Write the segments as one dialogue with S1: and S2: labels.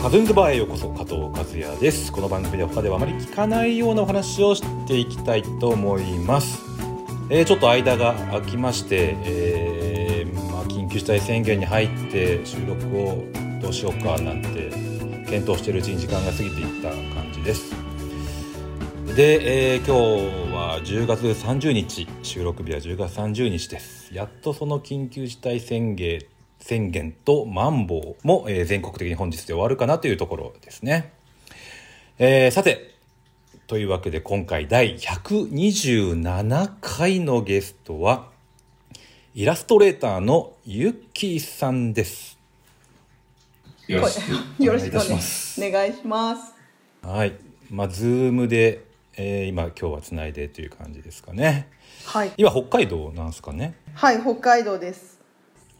S1: カズンズバーへようこそ加藤和也ですこの番組では他ではあまり聞かないようなお話をしていきたいと思います、えーちょっと間が空きまして、えーまあ、緊急事態宣言に入って収録をどうしようかなんて検討しているうちに時間が過ぎていった感じですで、えー今日は10月30日収録日は10月30日ですやっとその緊急事態宣言宣言とマンボウも、えー全国的に本日で終わるかなというところですね、えーさてというわけで今回第127回のゲストはイラストレーターのゆっきーさんです
S2: よろしく。
S1: よ
S3: よ
S1: ろ
S3: ろ
S1: し
S3: し
S1: くお
S3: くお
S1: 願
S3: 願
S1: い
S3: い
S1: し
S3: します。
S1: はいまあズームで、えー今今日はつないでという感じですかね
S3: はい、
S1: 今北海道なんですかね
S3: はい、北海道です。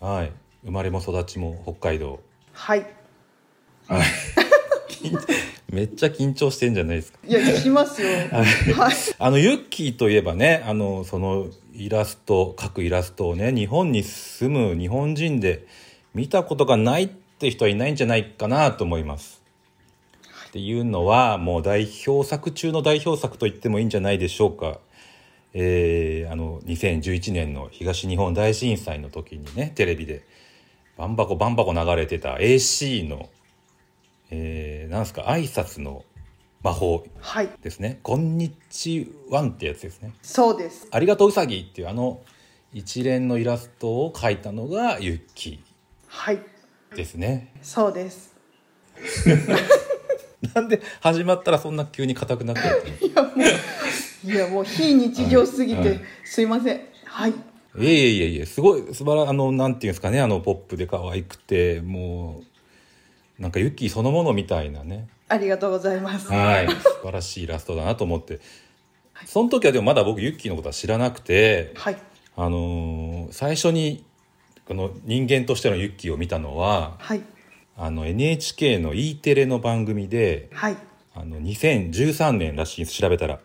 S1: はい生まれも育ちも北海道
S3: はい、
S1: めっちゃ緊張してんじゃないですか
S3: いや、しますよ。はい、
S1: あのユッキーといえばねあのそのイラスト描くイラストをね日本に住む日本人で見たことがないって人はいないんじゃないかなと思います。っていうのはもう代表作中の代表作と言ってもいいんじゃないでしょうか。えーあの2011年の東日本大震災の時にねテレビでバンバコバンバコ流れてた AC の、えー、なんすか挨拶の魔法
S3: はい、
S1: ですね「こんにちはん」ってやつですね
S3: そうです。
S1: 「ありがとううさぎ」っていうあの一連のイラストを描いたのがユッキ
S3: はい、
S1: ーですね
S3: そうです。
S1: なんで始まったらそんな急に硬くなってる
S3: いや、もう非日常すぎ
S1: は
S3: て
S1: い、
S3: すいません。はい、
S1: のいえいえいえいえすごい素晴らあのなんていうんですかねあのポップで可愛くてもうなんかユッキーそのものみたいなね
S3: ありがとうございます。
S1: はい、素晴らしいイラストだなと思ってその時はでもまだ僕ユッキーのことは知らなくて
S3: はい、
S1: あのー最初にこの人間としてのユッキーを見たのは
S3: はい、
S1: あの NHK の E テレの番組で
S3: はい、
S1: あの2013年らしいです調べたら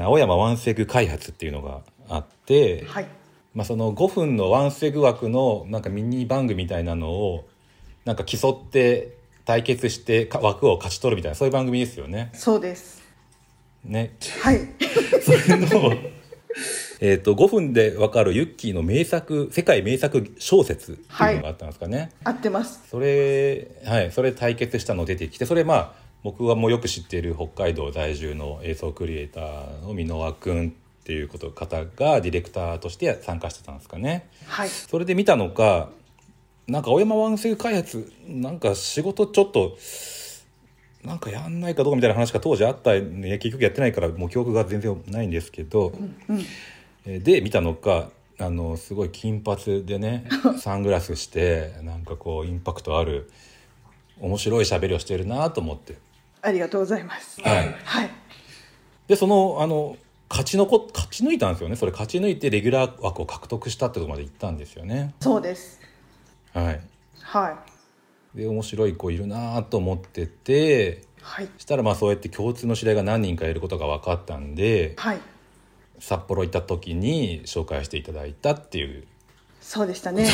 S1: 青山ワンセグ開発っていうのがあって、
S3: はい、
S1: まあ、その5分のワンセグ枠のなんかミニ番組みたいなのをなんか競って対決してか枠を勝ち取るみたいなそういう番組ですよね。
S3: そうです。
S1: ね
S3: はい、
S1: それのえーと5分でわかるユッキーの名作世界名作小説っていうのがあったんですかね。
S3: 合ってます。
S1: それはいそれ対決したの出てきてそれまあ僕はもうよく知っている北海道在住の映像クリエイターの箕輪君っていうこと方がディレクターとして参加してたんですかね
S3: はい、
S1: それで見たのかなんか青山湾水開発なんか仕事ちょっとなんかやんないかどうかみたいな話が当時あったんで結局やってないからもう記憶が全然ないんですけど、
S3: うん、
S1: えーで見たのかあのすごい金髪でね サングラスしてなんかこうインパクトある面白い喋りをしてるなと思って
S3: ありがとうございます。
S1: はい
S3: はい、
S1: でそのあの勝ちのこ勝ち抜いたんですよねそれ勝ち抜いてレギュラー枠を獲得したってとこまで行ったんですよね
S3: そうです。
S1: はい
S3: は
S1: で面白い子いるなと思ってて
S3: い、はい、
S1: したらまあそうやって共通の知り合いが何人かいることが分かったんで
S3: はい、
S1: 札幌行った時に紹介していただいたっていう
S3: そうでしたね。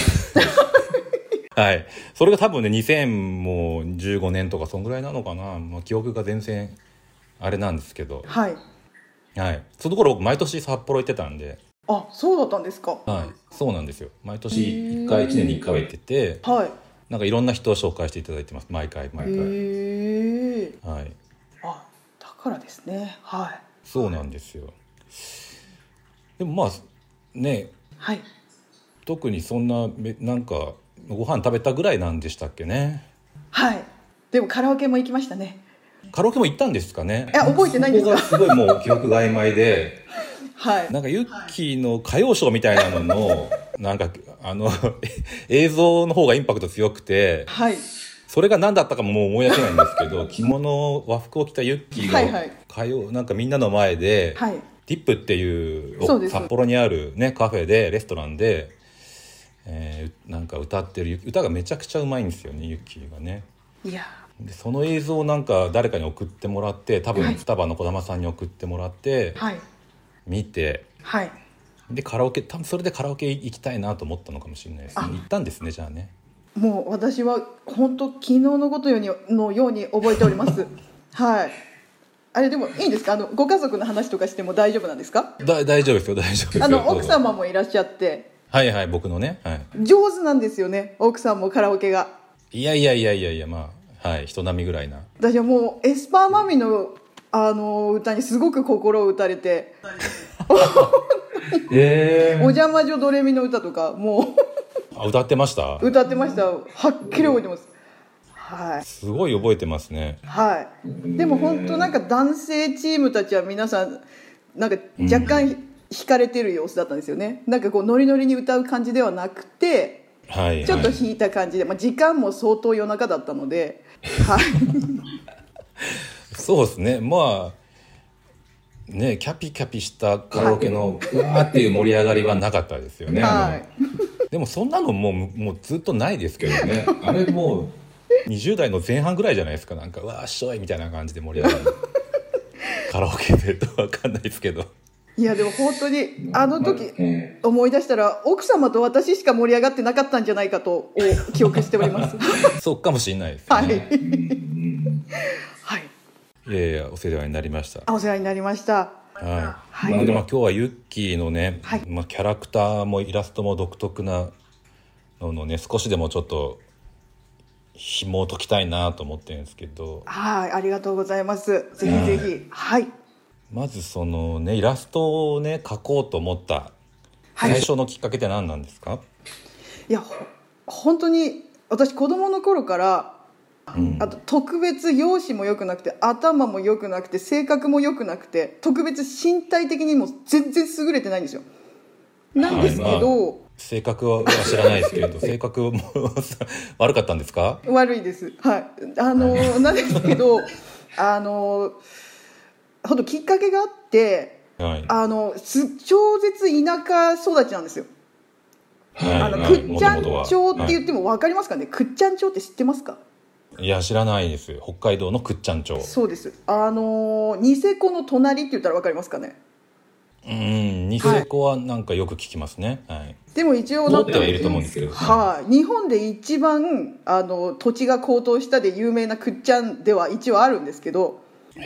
S1: はい。それが多分ね、2015年とか、そんぐらいなのかな。まあ、記憶が全然、あれなんですけど。
S3: はい、
S1: はい。その頃、僕毎年札幌行ってたんで。
S3: あ、そうだったんですか。
S1: はい。そうなんですよ。毎年1回、1年に1回は行ってて、
S3: はい。
S1: なんかいろんな人を紹介していただいてます。毎回、毎回。
S3: へえ。
S1: はい。
S3: あ、だからですね。はい。
S1: そうなんですよ。でもまあ、ね、
S3: はい。
S1: 特にそんな、めなんか、ご飯食べたぐらいなんでしたっけね。
S3: はい。でもカラオケも行きましたね。
S1: カラオケも行ったんですかね。
S3: いや覚えてないんですか
S1: そこがすごいもう記憶が曖昧で。
S3: はい。
S1: なんかユッキーの歌謡ショーみたいなのの、なんか、あの、 映像の方がインパクト強くて、
S3: はい。
S1: それが何だったかももう思い出せないんですけど、着物、和服を着たユッキーが、
S3: はいはい
S1: 歌謡、なんかみんなの前で、
S3: はい。
S1: ディップっていう
S3: そうです
S1: 札幌にあるね、カフェで、レストランで、えーなんか歌ってる、歌がめちゃくちゃうまいんですよね、ユッキーがね。
S3: いや。
S1: でその映像をなんか誰かに送ってもらって多
S3: は
S1: 分
S3: い
S1: スタバの児玉さんに送ってもらって
S3: はい。
S1: 見て
S3: はい。
S1: でカラオケ多分それでカラオケ行きたいなと思ったのかもしれないですね
S3: あ
S1: 行ったんですねじゃあね
S3: もう私は本当昨日のことようにのように覚えておりますはいあれでもいいんですかあのご家族の話とかしても大丈夫なんですか
S1: だ大丈夫ですよ大丈夫ですよ
S3: あの
S1: どう
S3: 奥
S1: ぞ
S3: 様もいらっしゃって
S1: はいはい僕のね、は
S3: 上手なんですよね奥さんもカラオケが
S1: い、いやいやいやいやいやまあはい人並みぐらいな
S3: 私はもうエスパーマミのあの歌にすごく心を打たれて「
S1: え
S3: お邪魔女ドレミ」の歌とかも
S1: あ歌ってました
S3: う歌ってましたはっきり覚えてますはい
S1: すごい覚えてますね
S3: はい、でも本当なんか男性チームたちは皆さんなんか若干惹かれてる様子だったんですよね、なんかこうノリノリに歌う感じではなくて
S1: はい、はい、
S3: ちょっと引いた感じで、まあ、時間も相当夜中だったので、はい、
S1: そうですねまあねキャピキャピしたカラオケのうわーっていう盛り上がりはなかったですよね、
S3: は
S1: あのでもそんなのもうもうずっとないですけどね
S2: ね、あれも
S1: 20代の前半ぐらいじゃないですかなんかうわーっしょいみたいな感じで盛り上が るカラオケでどうかわかんないですけど
S3: い、いやでも本当に
S2: う、
S3: あの時
S2: まえ
S3: 思い出したら奥様と私しか盛り上がってなかったんじゃないかとお記憶しております
S1: そうかもしれないですね、
S3: はい、
S2: えうんうん
S3: はい、
S1: いやいやお世話になりました
S3: あお世話になりました
S1: はい
S3: は
S1: まあ
S3: い
S1: でも今日はユッキーのね、
S3: はい
S1: まあ、キャラクターもイラストも独特なののね少しでもちょっと紐を解きたいなと思ってるんですけど
S3: はいありがとうございますぜひぜひはい
S1: まずそのねイラストをね描こうと思った
S3: はい
S1: 最初のきっかけって何なんですか、
S3: いやほ本当に私子供の頃から
S1: うん
S3: あと特別容姿も良くなくて頭も良くなくて性格も良くなくて特別身体的にも全然優れてないんですよなんですけど、
S1: 性格は知らないですけ れど性格も悪かったんですか
S3: 悪いですはいあの なんですけどあのほんときっかけがあって
S1: はい
S3: あのす超絶田舎育ちなんですよ
S1: はい
S3: あ
S1: は
S3: の
S1: い
S3: くっちゃん
S1: 元
S3: 町っ
S1: 々
S3: て
S1: は
S3: 言っても分かりますかね、くっちゃん町って知ってますか
S1: はい、いや知らないです北海道の倶知安町
S3: そうです。あのーニセコの隣って言ったらわかりますかね。
S1: うんニセコはなんかよく聞きますねはい
S3: でも一応
S1: 持
S3: な
S1: っ
S3: ん
S1: て
S3: か
S1: はいると思うんですけど
S3: はい、日本で一番あの土地が高騰したで有名なくっちゃんでは一応あるんですけど、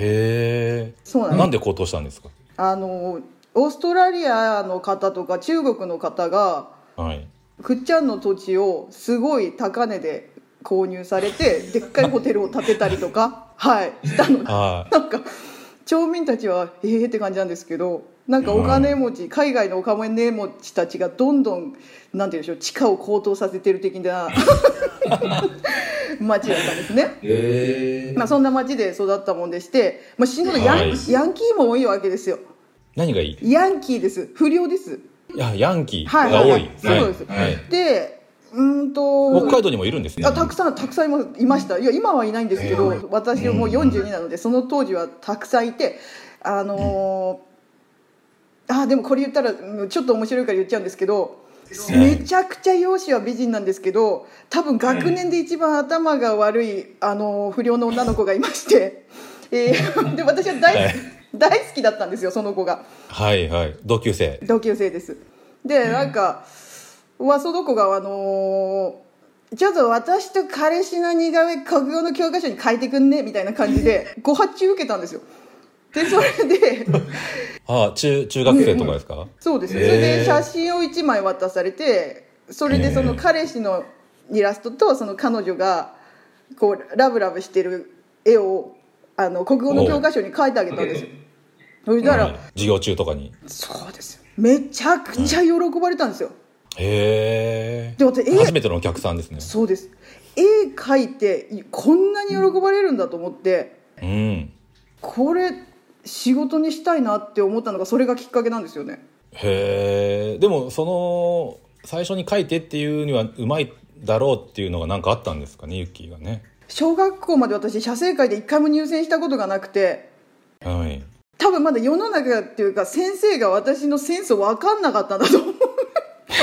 S1: へえ
S3: そうなんです。
S1: なんで高騰したんですか
S3: あのーオーストラリアの方とか中国の方が
S1: はい
S3: くっちゃんの土地をすごい高値で購入されて、でっかいホテルを建てたりとか、 はい、したので
S1: あ
S3: なんか町民たちはええって感じなんですけどなんかお金持ち、海外のお金持ちたちがどんどんなんて言うんでしょう地価を高騰させてる的な町だったんですね。
S2: え
S3: まあ、そんな町で育ったもんでして、まあ、死ぬほどヤン,、
S1: はい
S3: ヤンキーも多いわけですよ
S1: 何がいい
S3: ヤンキーです不良です
S1: いやヤンキー
S3: はい
S1: が多い
S3: はい
S1: は
S3: そう
S1: い
S3: です
S1: はい
S3: でうーんと
S1: 北海道にもいるんですね
S3: あたくさんたくさんいますいましたいや今はいないんですけど、
S1: え
S3: 私もう42なので、その当時はたくさんいてあのーあでもこれ言ったらうんちょっと面白いから言っちゃうんですけど、
S1: え
S3: めちゃくちゃ容姿は美人なんですけど多分学年で一番頭が悪い、あのー不良の女の子がいまして、えーで私は大,、
S1: はい
S3: 大好きだったんですよその子が。
S1: はいはい同級生
S3: 同級生ですで、なんかはその子があのーちょっと私と彼氏の似顔絵国語の教科書に書いてくんねみたいな感じでご発注受けたんですよでそれで
S1: あ中中学生とかですか
S3: そうです、
S1: へー
S3: それで写真を1枚渡されてそれでその彼氏のイラストとその彼女がこうラブラブしてる絵をあの国語の教科書に書いてあげたんですよそれたら、
S1: はい授業中とかに
S3: そうですめちゃくちゃ喜ばれたんですよ、
S1: へえ
S3: で私絵
S1: 初めてのお客さんですね
S3: そうです絵描いてこんなに喜ばれるんだと思って
S1: うん
S3: これ仕事にしたいなって思ったのがそれがきっかけなんですよね
S1: へえでもその最初に書いてっていうにはうまいだろうっていうのが何かあったんですかねユッキーがね
S3: 小学校まで私写生会で一回も入選したことがなくて
S1: はい
S3: 多分まだ世の中っていうか先生が私のセンスを分かんなかったんだと思う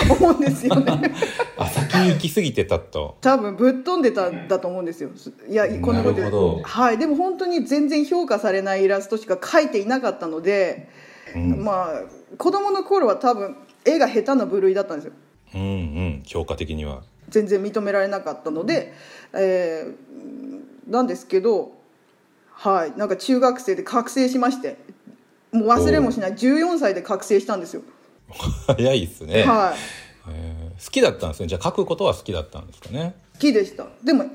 S3: 思うんですよね
S1: あ先に行き過ぎてたと
S3: 多分ぶっ飛んでたんだと思うんですよいやこんなこと言
S1: なる
S3: う
S1: ほど
S3: はいでも本当に全然評価されないイラストしか描いていなかったので、
S1: うん
S3: まあ子供の頃は多分絵が下手な部類だったんですよ
S1: うんうん評価的には
S3: 全然認められなかったので、えーなんですけどはいなんか中学生で覚醒しましてもう忘れもしない14歳で覚醒したんですよ。
S1: 早いですね、
S3: はい
S1: えー好きだったんですねじゃあ書くことは好きだったんですかね
S3: 好きでしたでも、好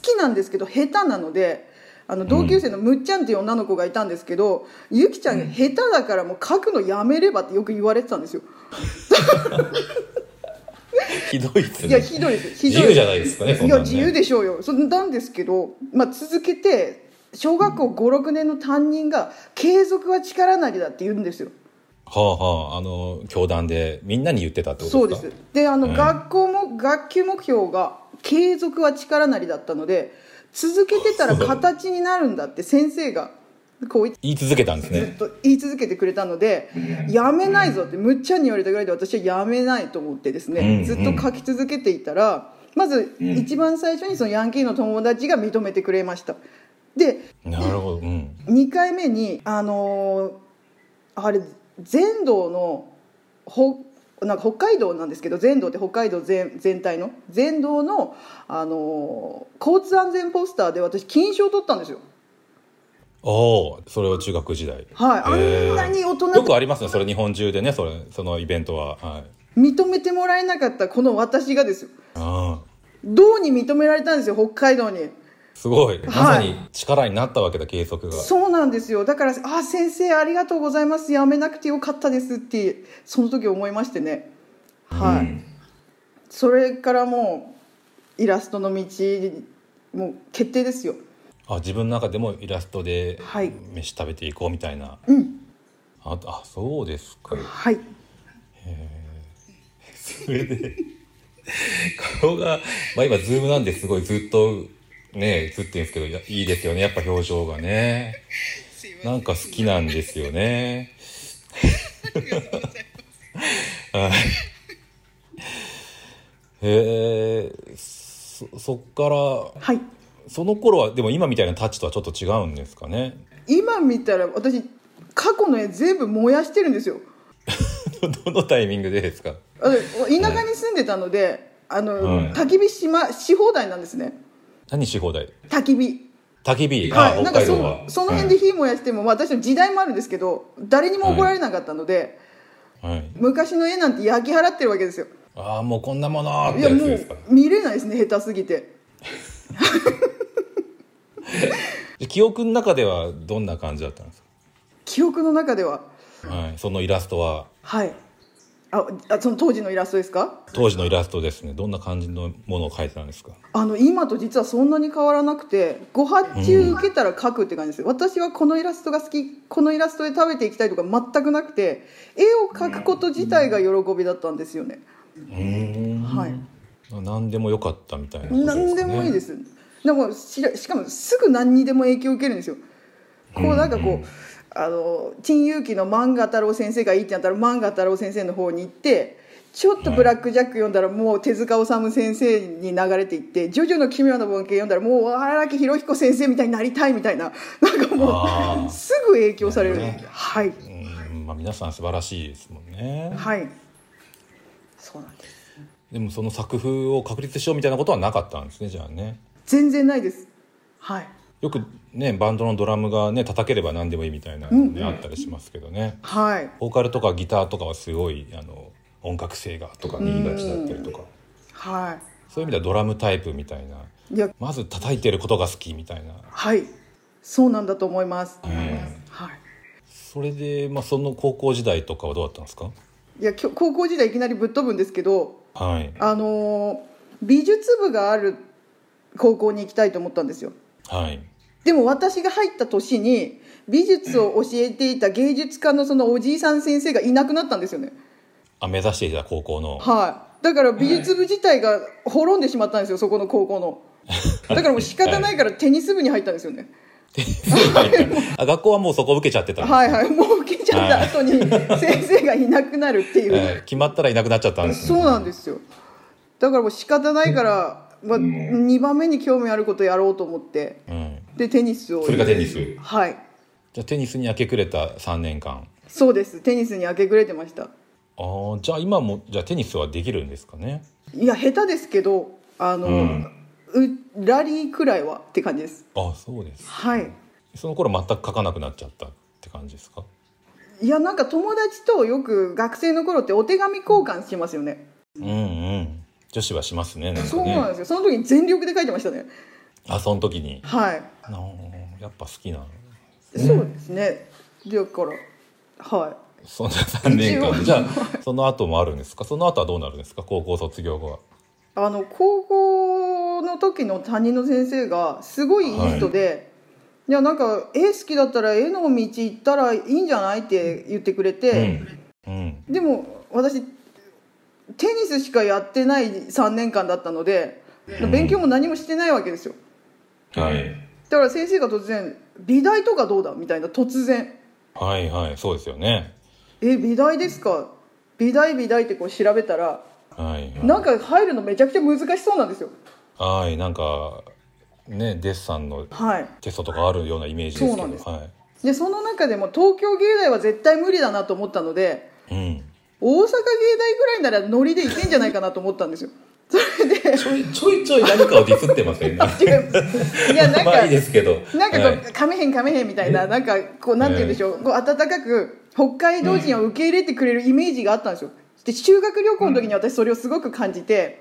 S3: きなんですけど下手なのであの同級生のむっちゃんっていう女の子がいたんですけど、ゆきちゃんが下手だからもう書くのやめればってよく言われてたんですよ、
S1: ひどいです
S3: いや
S1: ね
S3: ひどいですひ
S1: 自
S3: どい
S1: 由じゃないですかねそ
S3: い
S1: ん
S3: や
S1: なんね
S3: 自由でしょうよそんなんですけど、まあ、続けて小学校56年の担任が「継続は力なりだ」って言うんですよ
S1: はあはああの教団でみんなに言ってたってこ
S3: そ
S1: と
S3: う
S1: で
S3: です
S1: か
S3: すであの、
S1: うん
S3: 学校も学級目標が「継続は力なり」だったので続けて たら形になるんだって先生がこう言って
S1: 言い続けたんです
S3: ずっ
S1: ね
S3: と言い続けてくれたので、やめないぞってむっちゃんに言われたぐらいで私はやめないと思ってですね、
S1: うん
S3: ずっと書き続けていたらまず
S2: ん
S3: 一番最初にそのヤンキーの友達が認めてくれましたで
S1: なるほどうん
S3: 2回目にあのーあれ全道のほなんか北海道なんですけど全道って北海道全全体の全道の、あのー交通安全ポスターで私金賞を取ったんですよ
S1: おおそれは中学時代
S3: はいあ
S1: へー
S3: んなに大人と
S1: よくありますねそれ日本中でねそれそのイベントははい
S3: 認めてもらえなかったこの私がですよ
S1: ああ
S3: どうに認められたんですよ北海道に
S1: すごいまさに力になったわけだ計測が
S3: そうなんですよだから「あ先生ありがとうございますやめなくてよかったです」ってその時思いましてねはい、それからもうイラストの道もう決定ですよ
S1: あ自分の中でもイラストで
S3: はい
S1: 飯食べていこうみたいな、
S3: うん
S1: ああそうですか
S3: はい
S1: それで顔が、まあ、今ズームなんですごいずっとね映ってるんですけどいやいいですよねやっぱ表情がねなんか好きなんですよねはいへえそそっから
S3: はい
S1: その頃はでも今みたいなタッチとはちょっと違うんですかね
S3: 今見たら私過去の絵全部燃やしてるんですよ
S1: どのタイミングでですか
S3: あの田舎に住んでたので、あの、
S1: はい
S3: 焚き火し,、ま、し放題なんですね
S1: 何し放題
S3: 焚き火
S1: 焚き火、
S3: はい、
S1: あ
S3: なん
S1: 北海
S3: かそ
S1: 道
S3: の
S1: は
S3: その辺で火燃やしても、まあ私の時代もあるんですけど誰にも怒られなかったので、
S1: はいはい
S3: 昔の絵なんて焼き払ってるわけですよ
S1: ああもうこんなものーって
S3: いや
S1: やつ
S3: も
S1: ですか
S3: う見れないですね下手すぎて
S1: で記憶の中ではどんな感じだったんです
S3: 記憶の中では
S1: か、はい、そのイラストは
S3: はいああその当時のイラストですか
S1: 当時のイラストですねどんな感じのものを描いてたんですか
S3: あの今と実はそんなに変わらなくてご発注受けたら書くって感じです、私はこのイラストが好きこのイラストで食べていきたいとか全くなくて絵を描くこと自体が喜びだったんですよね、
S1: うん
S3: はい
S1: 何でもよかったみたいなことすかね、
S3: 何でもいいですでもしらしかもすぐ何にでも影響を受けるんですよこうなんかこう、あの陳勇気の漫画太郎先生がいいってなったら漫画太郎先生の方に行ってちょっと「ブラック・ジャック」読んだらもう手塚治虫先生に流れていって「ジョジョの奇妙な冒険」読んだらもう荒木宏彦先生みたいになりたいみたいな なんか
S1: あ
S3: も
S1: ー
S3: うすぐ影響される、
S1: なるほどね
S3: はい
S1: うんまあ、皆さん素晴らしいですもんね
S3: はいそうなんです
S1: でもその作風を確立しようみたいなことはなかったんですねじゃあね
S3: 全然ないですはい
S1: よくねバンドのドラムがね叩ければ何でもいいみたいなのね、あったりしますけどね
S3: はい
S1: ボーカルとかギターとかはすごいあの音楽性がとか言いがちだったりとか、
S3: は
S1: そういう意味ではドラムタイプみたいない
S3: いや
S1: まず叩いてることが好きみたいな、
S3: はいそうなんだと思います、はい
S1: それで、まあ、その高校時代とかはどうだったんですか
S3: いやきょ高校時代いきなりぶっ飛ぶんですけど、
S1: はい
S3: あのー美術部がある高校に行きたいと思ったんですよ
S1: はい
S3: でも私が入った年に美術を教えていた芸術家のそのおじいさん先生がいなくなったんですよね
S1: あ目指していた高校の
S3: はいだから美術部自体が滅んでしまったんですよそこの高校 のだからもう仕方ないからテニス部に入ったんですよね
S1: あ学校はもうそこ受けちゃってたんです
S3: はいはいもう受けちゃった後に先生がいなくなるっていう、
S1: えー決まったらいなくなっちゃったんです、
S3: そうなんですよだからもう仕方ないから、まあ、2番目に興味あることやろうと思って
S1: うん、
S3: でテニスを
S1: それがテニス
S3: はい
S1: じゃあテニスに明け暮れた3年間
S3: そうですテニスに明け暮れてました
S1: あーじゃあ今もじゃあテニスはできるんですかね
S3: いや下手ですけどあの、
S2: うん
S3: うラリーくらいはって感じです
S1: あそうです
S3: はい
S1: その頃全く書かなくなっちゃったって感じですか
S3: いやなんか友達とよく学生の頃ってお手紙交換しますよね
S1: うんうん女子はしますねなんかね
S3: そうなんですよその時に全力で書いてましたね
S1: あその時に
S3: はい
S1: あのーやっぱ好きな
S3: そうですねだからは
S1: そんな3年間
S3: 一応
S1: でじゃあその後もあるんですかその後はどうなるんですか高校卒業後は。
S3: いあの高校の時の担任の先生がすごいいい人で、いやなんか絵好きだったら絵の道行ったらいいんじゃないって言ってくれ
S1: う
S3: て、
S1: んうん
S3: でも私テニスしかやってない3年間だったので
S1: ん
S3: 勉強も何もしてないわけですよ
S2: はい。
S3: だから先生が突然「美大とかどうだ?」みたいな突然
S1: はいはいそうですよね。
S3: 「え美大ですか?」美大美大ってこう調べたら
S1: はいはい
S3: なんか入るのめちゃくちゃ難しそうなんですよ
S1: はいなんかねデッサンの
S3: はい
S1: テストとかあるようなイメージです
S3: そうなんで
S1: け
S3: す
S1: どはい
S3: でその中でも東京芸大は絶対無理だなと思ったので
S1: うん
S3: 大阪芸大ぐらいならノリでいけんじゃないかなと思ったんですよ
S2: ちょいちょいちょい何かをディスってません
S3: 違 いますいやなん
S2: まあ
S3: か
S2: いいですけど。
S3: なんかこう、
S2: はい
S3: 噛めへん噛めへんみたいな、なんかこう、なんて言うんでしょう、こう温かく、北海道人を受け入れてくれるイメージがあったんですよ。で、修学旅行の時に私それをすごく感じて、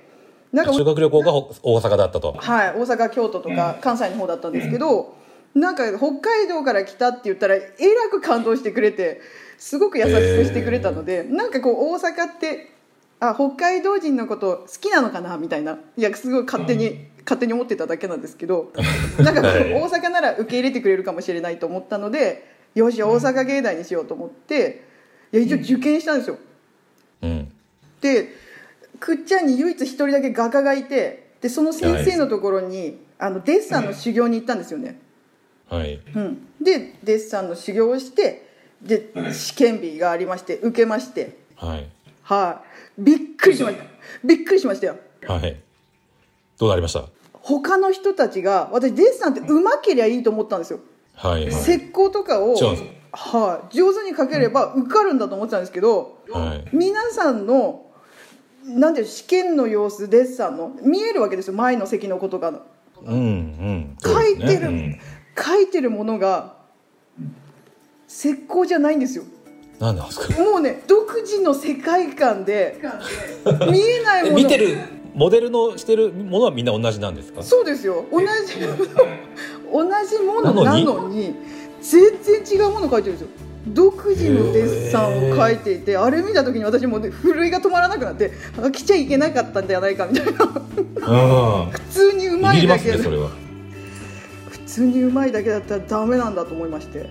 S3: なんか、
S1: 修学旅行がほ大阪だったと。
S3: はい、大阪、京都とか関西の方だったんですけど、なんか北海道から来たって言ったら、えらく感動してくれて、すごく優しくしてくれたので、なんかこう、大阪って、あ、北海道人のこと好きなのかなみたいな。いや、すごい勝手に、勝手に思ってただけなんですけど、なんかこう
S1: はい
S3: 大阪なら受け入れてくれるかもしれないと思ったのでよし大阪芸大にしようと思っていや一応受験したんですよ
S1: うん
S3: でくっちゃんに唯一一人だけ画家がいてでその先生のところにあのデッサンの修行に行ったんですよね、
S1: はい
S3: うん、でデッサンの修行をしてで試験日がありまして受けまして
S1: はい
S3: はい、びっくりしましたびっくりしましたよ
S1: はいどうなりました。
S3: 他の人たちが私デッサンってうまけりゃいいと思ったんですよ
S1: はいはい
S3: 石膏とかを、
S1: 違うんです
S3: はい、上手にかければ受かるんだと思ってたんですけど、
S1: はい
S3: 皆さんのなんていうの試験の様子デッサンの見えるわけですよ前の席の子とかの
S1: うんうんそう
S3: 書
S1: です
S3: い
S1: ね
S3: てる、
S1: うん
S3: 書いてるものが石膏じゃないんですよ
S1: なんなんですか。
S3: もうね独自の世界観で見えないも
S1: え
S3: の
S1: 見てるモデルのしてるものはみんな同じなんですか。
S3: そうですよ同じ 同じものな
S1: なのに
S3: のに全然違うものを描いてるんですよ独自のデッサンを描いていて、あれ見た時に私もうね震いが止まらなくなってあ来ちゃいけなかったんじゃないか みたいな普
S2: あ
S3: 通にうま
S1: ビビ
S3: い
S1: りま
S3: だ
S1: す
S3: け
S1: ねそれは。
S3: 普通にうまいだけだったらダメなんだと思いまして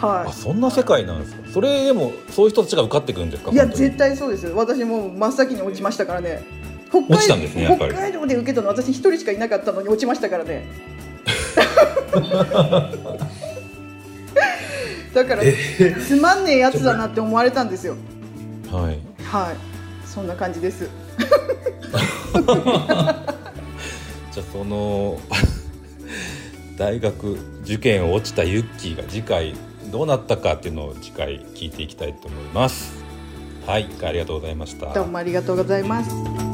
S1: あ
S3: は
S1: そんな世界なんですか。それでもそういう人たちが受かってくるんですか。
S3: いいや
S1: 本当に
S3: 絶対そうですよ私もう真っ先に落ちましたからね北
S1: 落ちたんですねやっぱ
S3: 北
S1: り
S3: 海道で受けたの私一人しかいなかったのに落ちましたか らねだからつまんねえやつだなって思われたんですよ
S1: はい。
S3: はいそんな感じです
S1: じゃあその大学受験を落ちたユッキーが次回どうなったかっていうのを次回聞いていきたいと思います。はい、一回ありがとうございました。
S3: どうもありがとうございます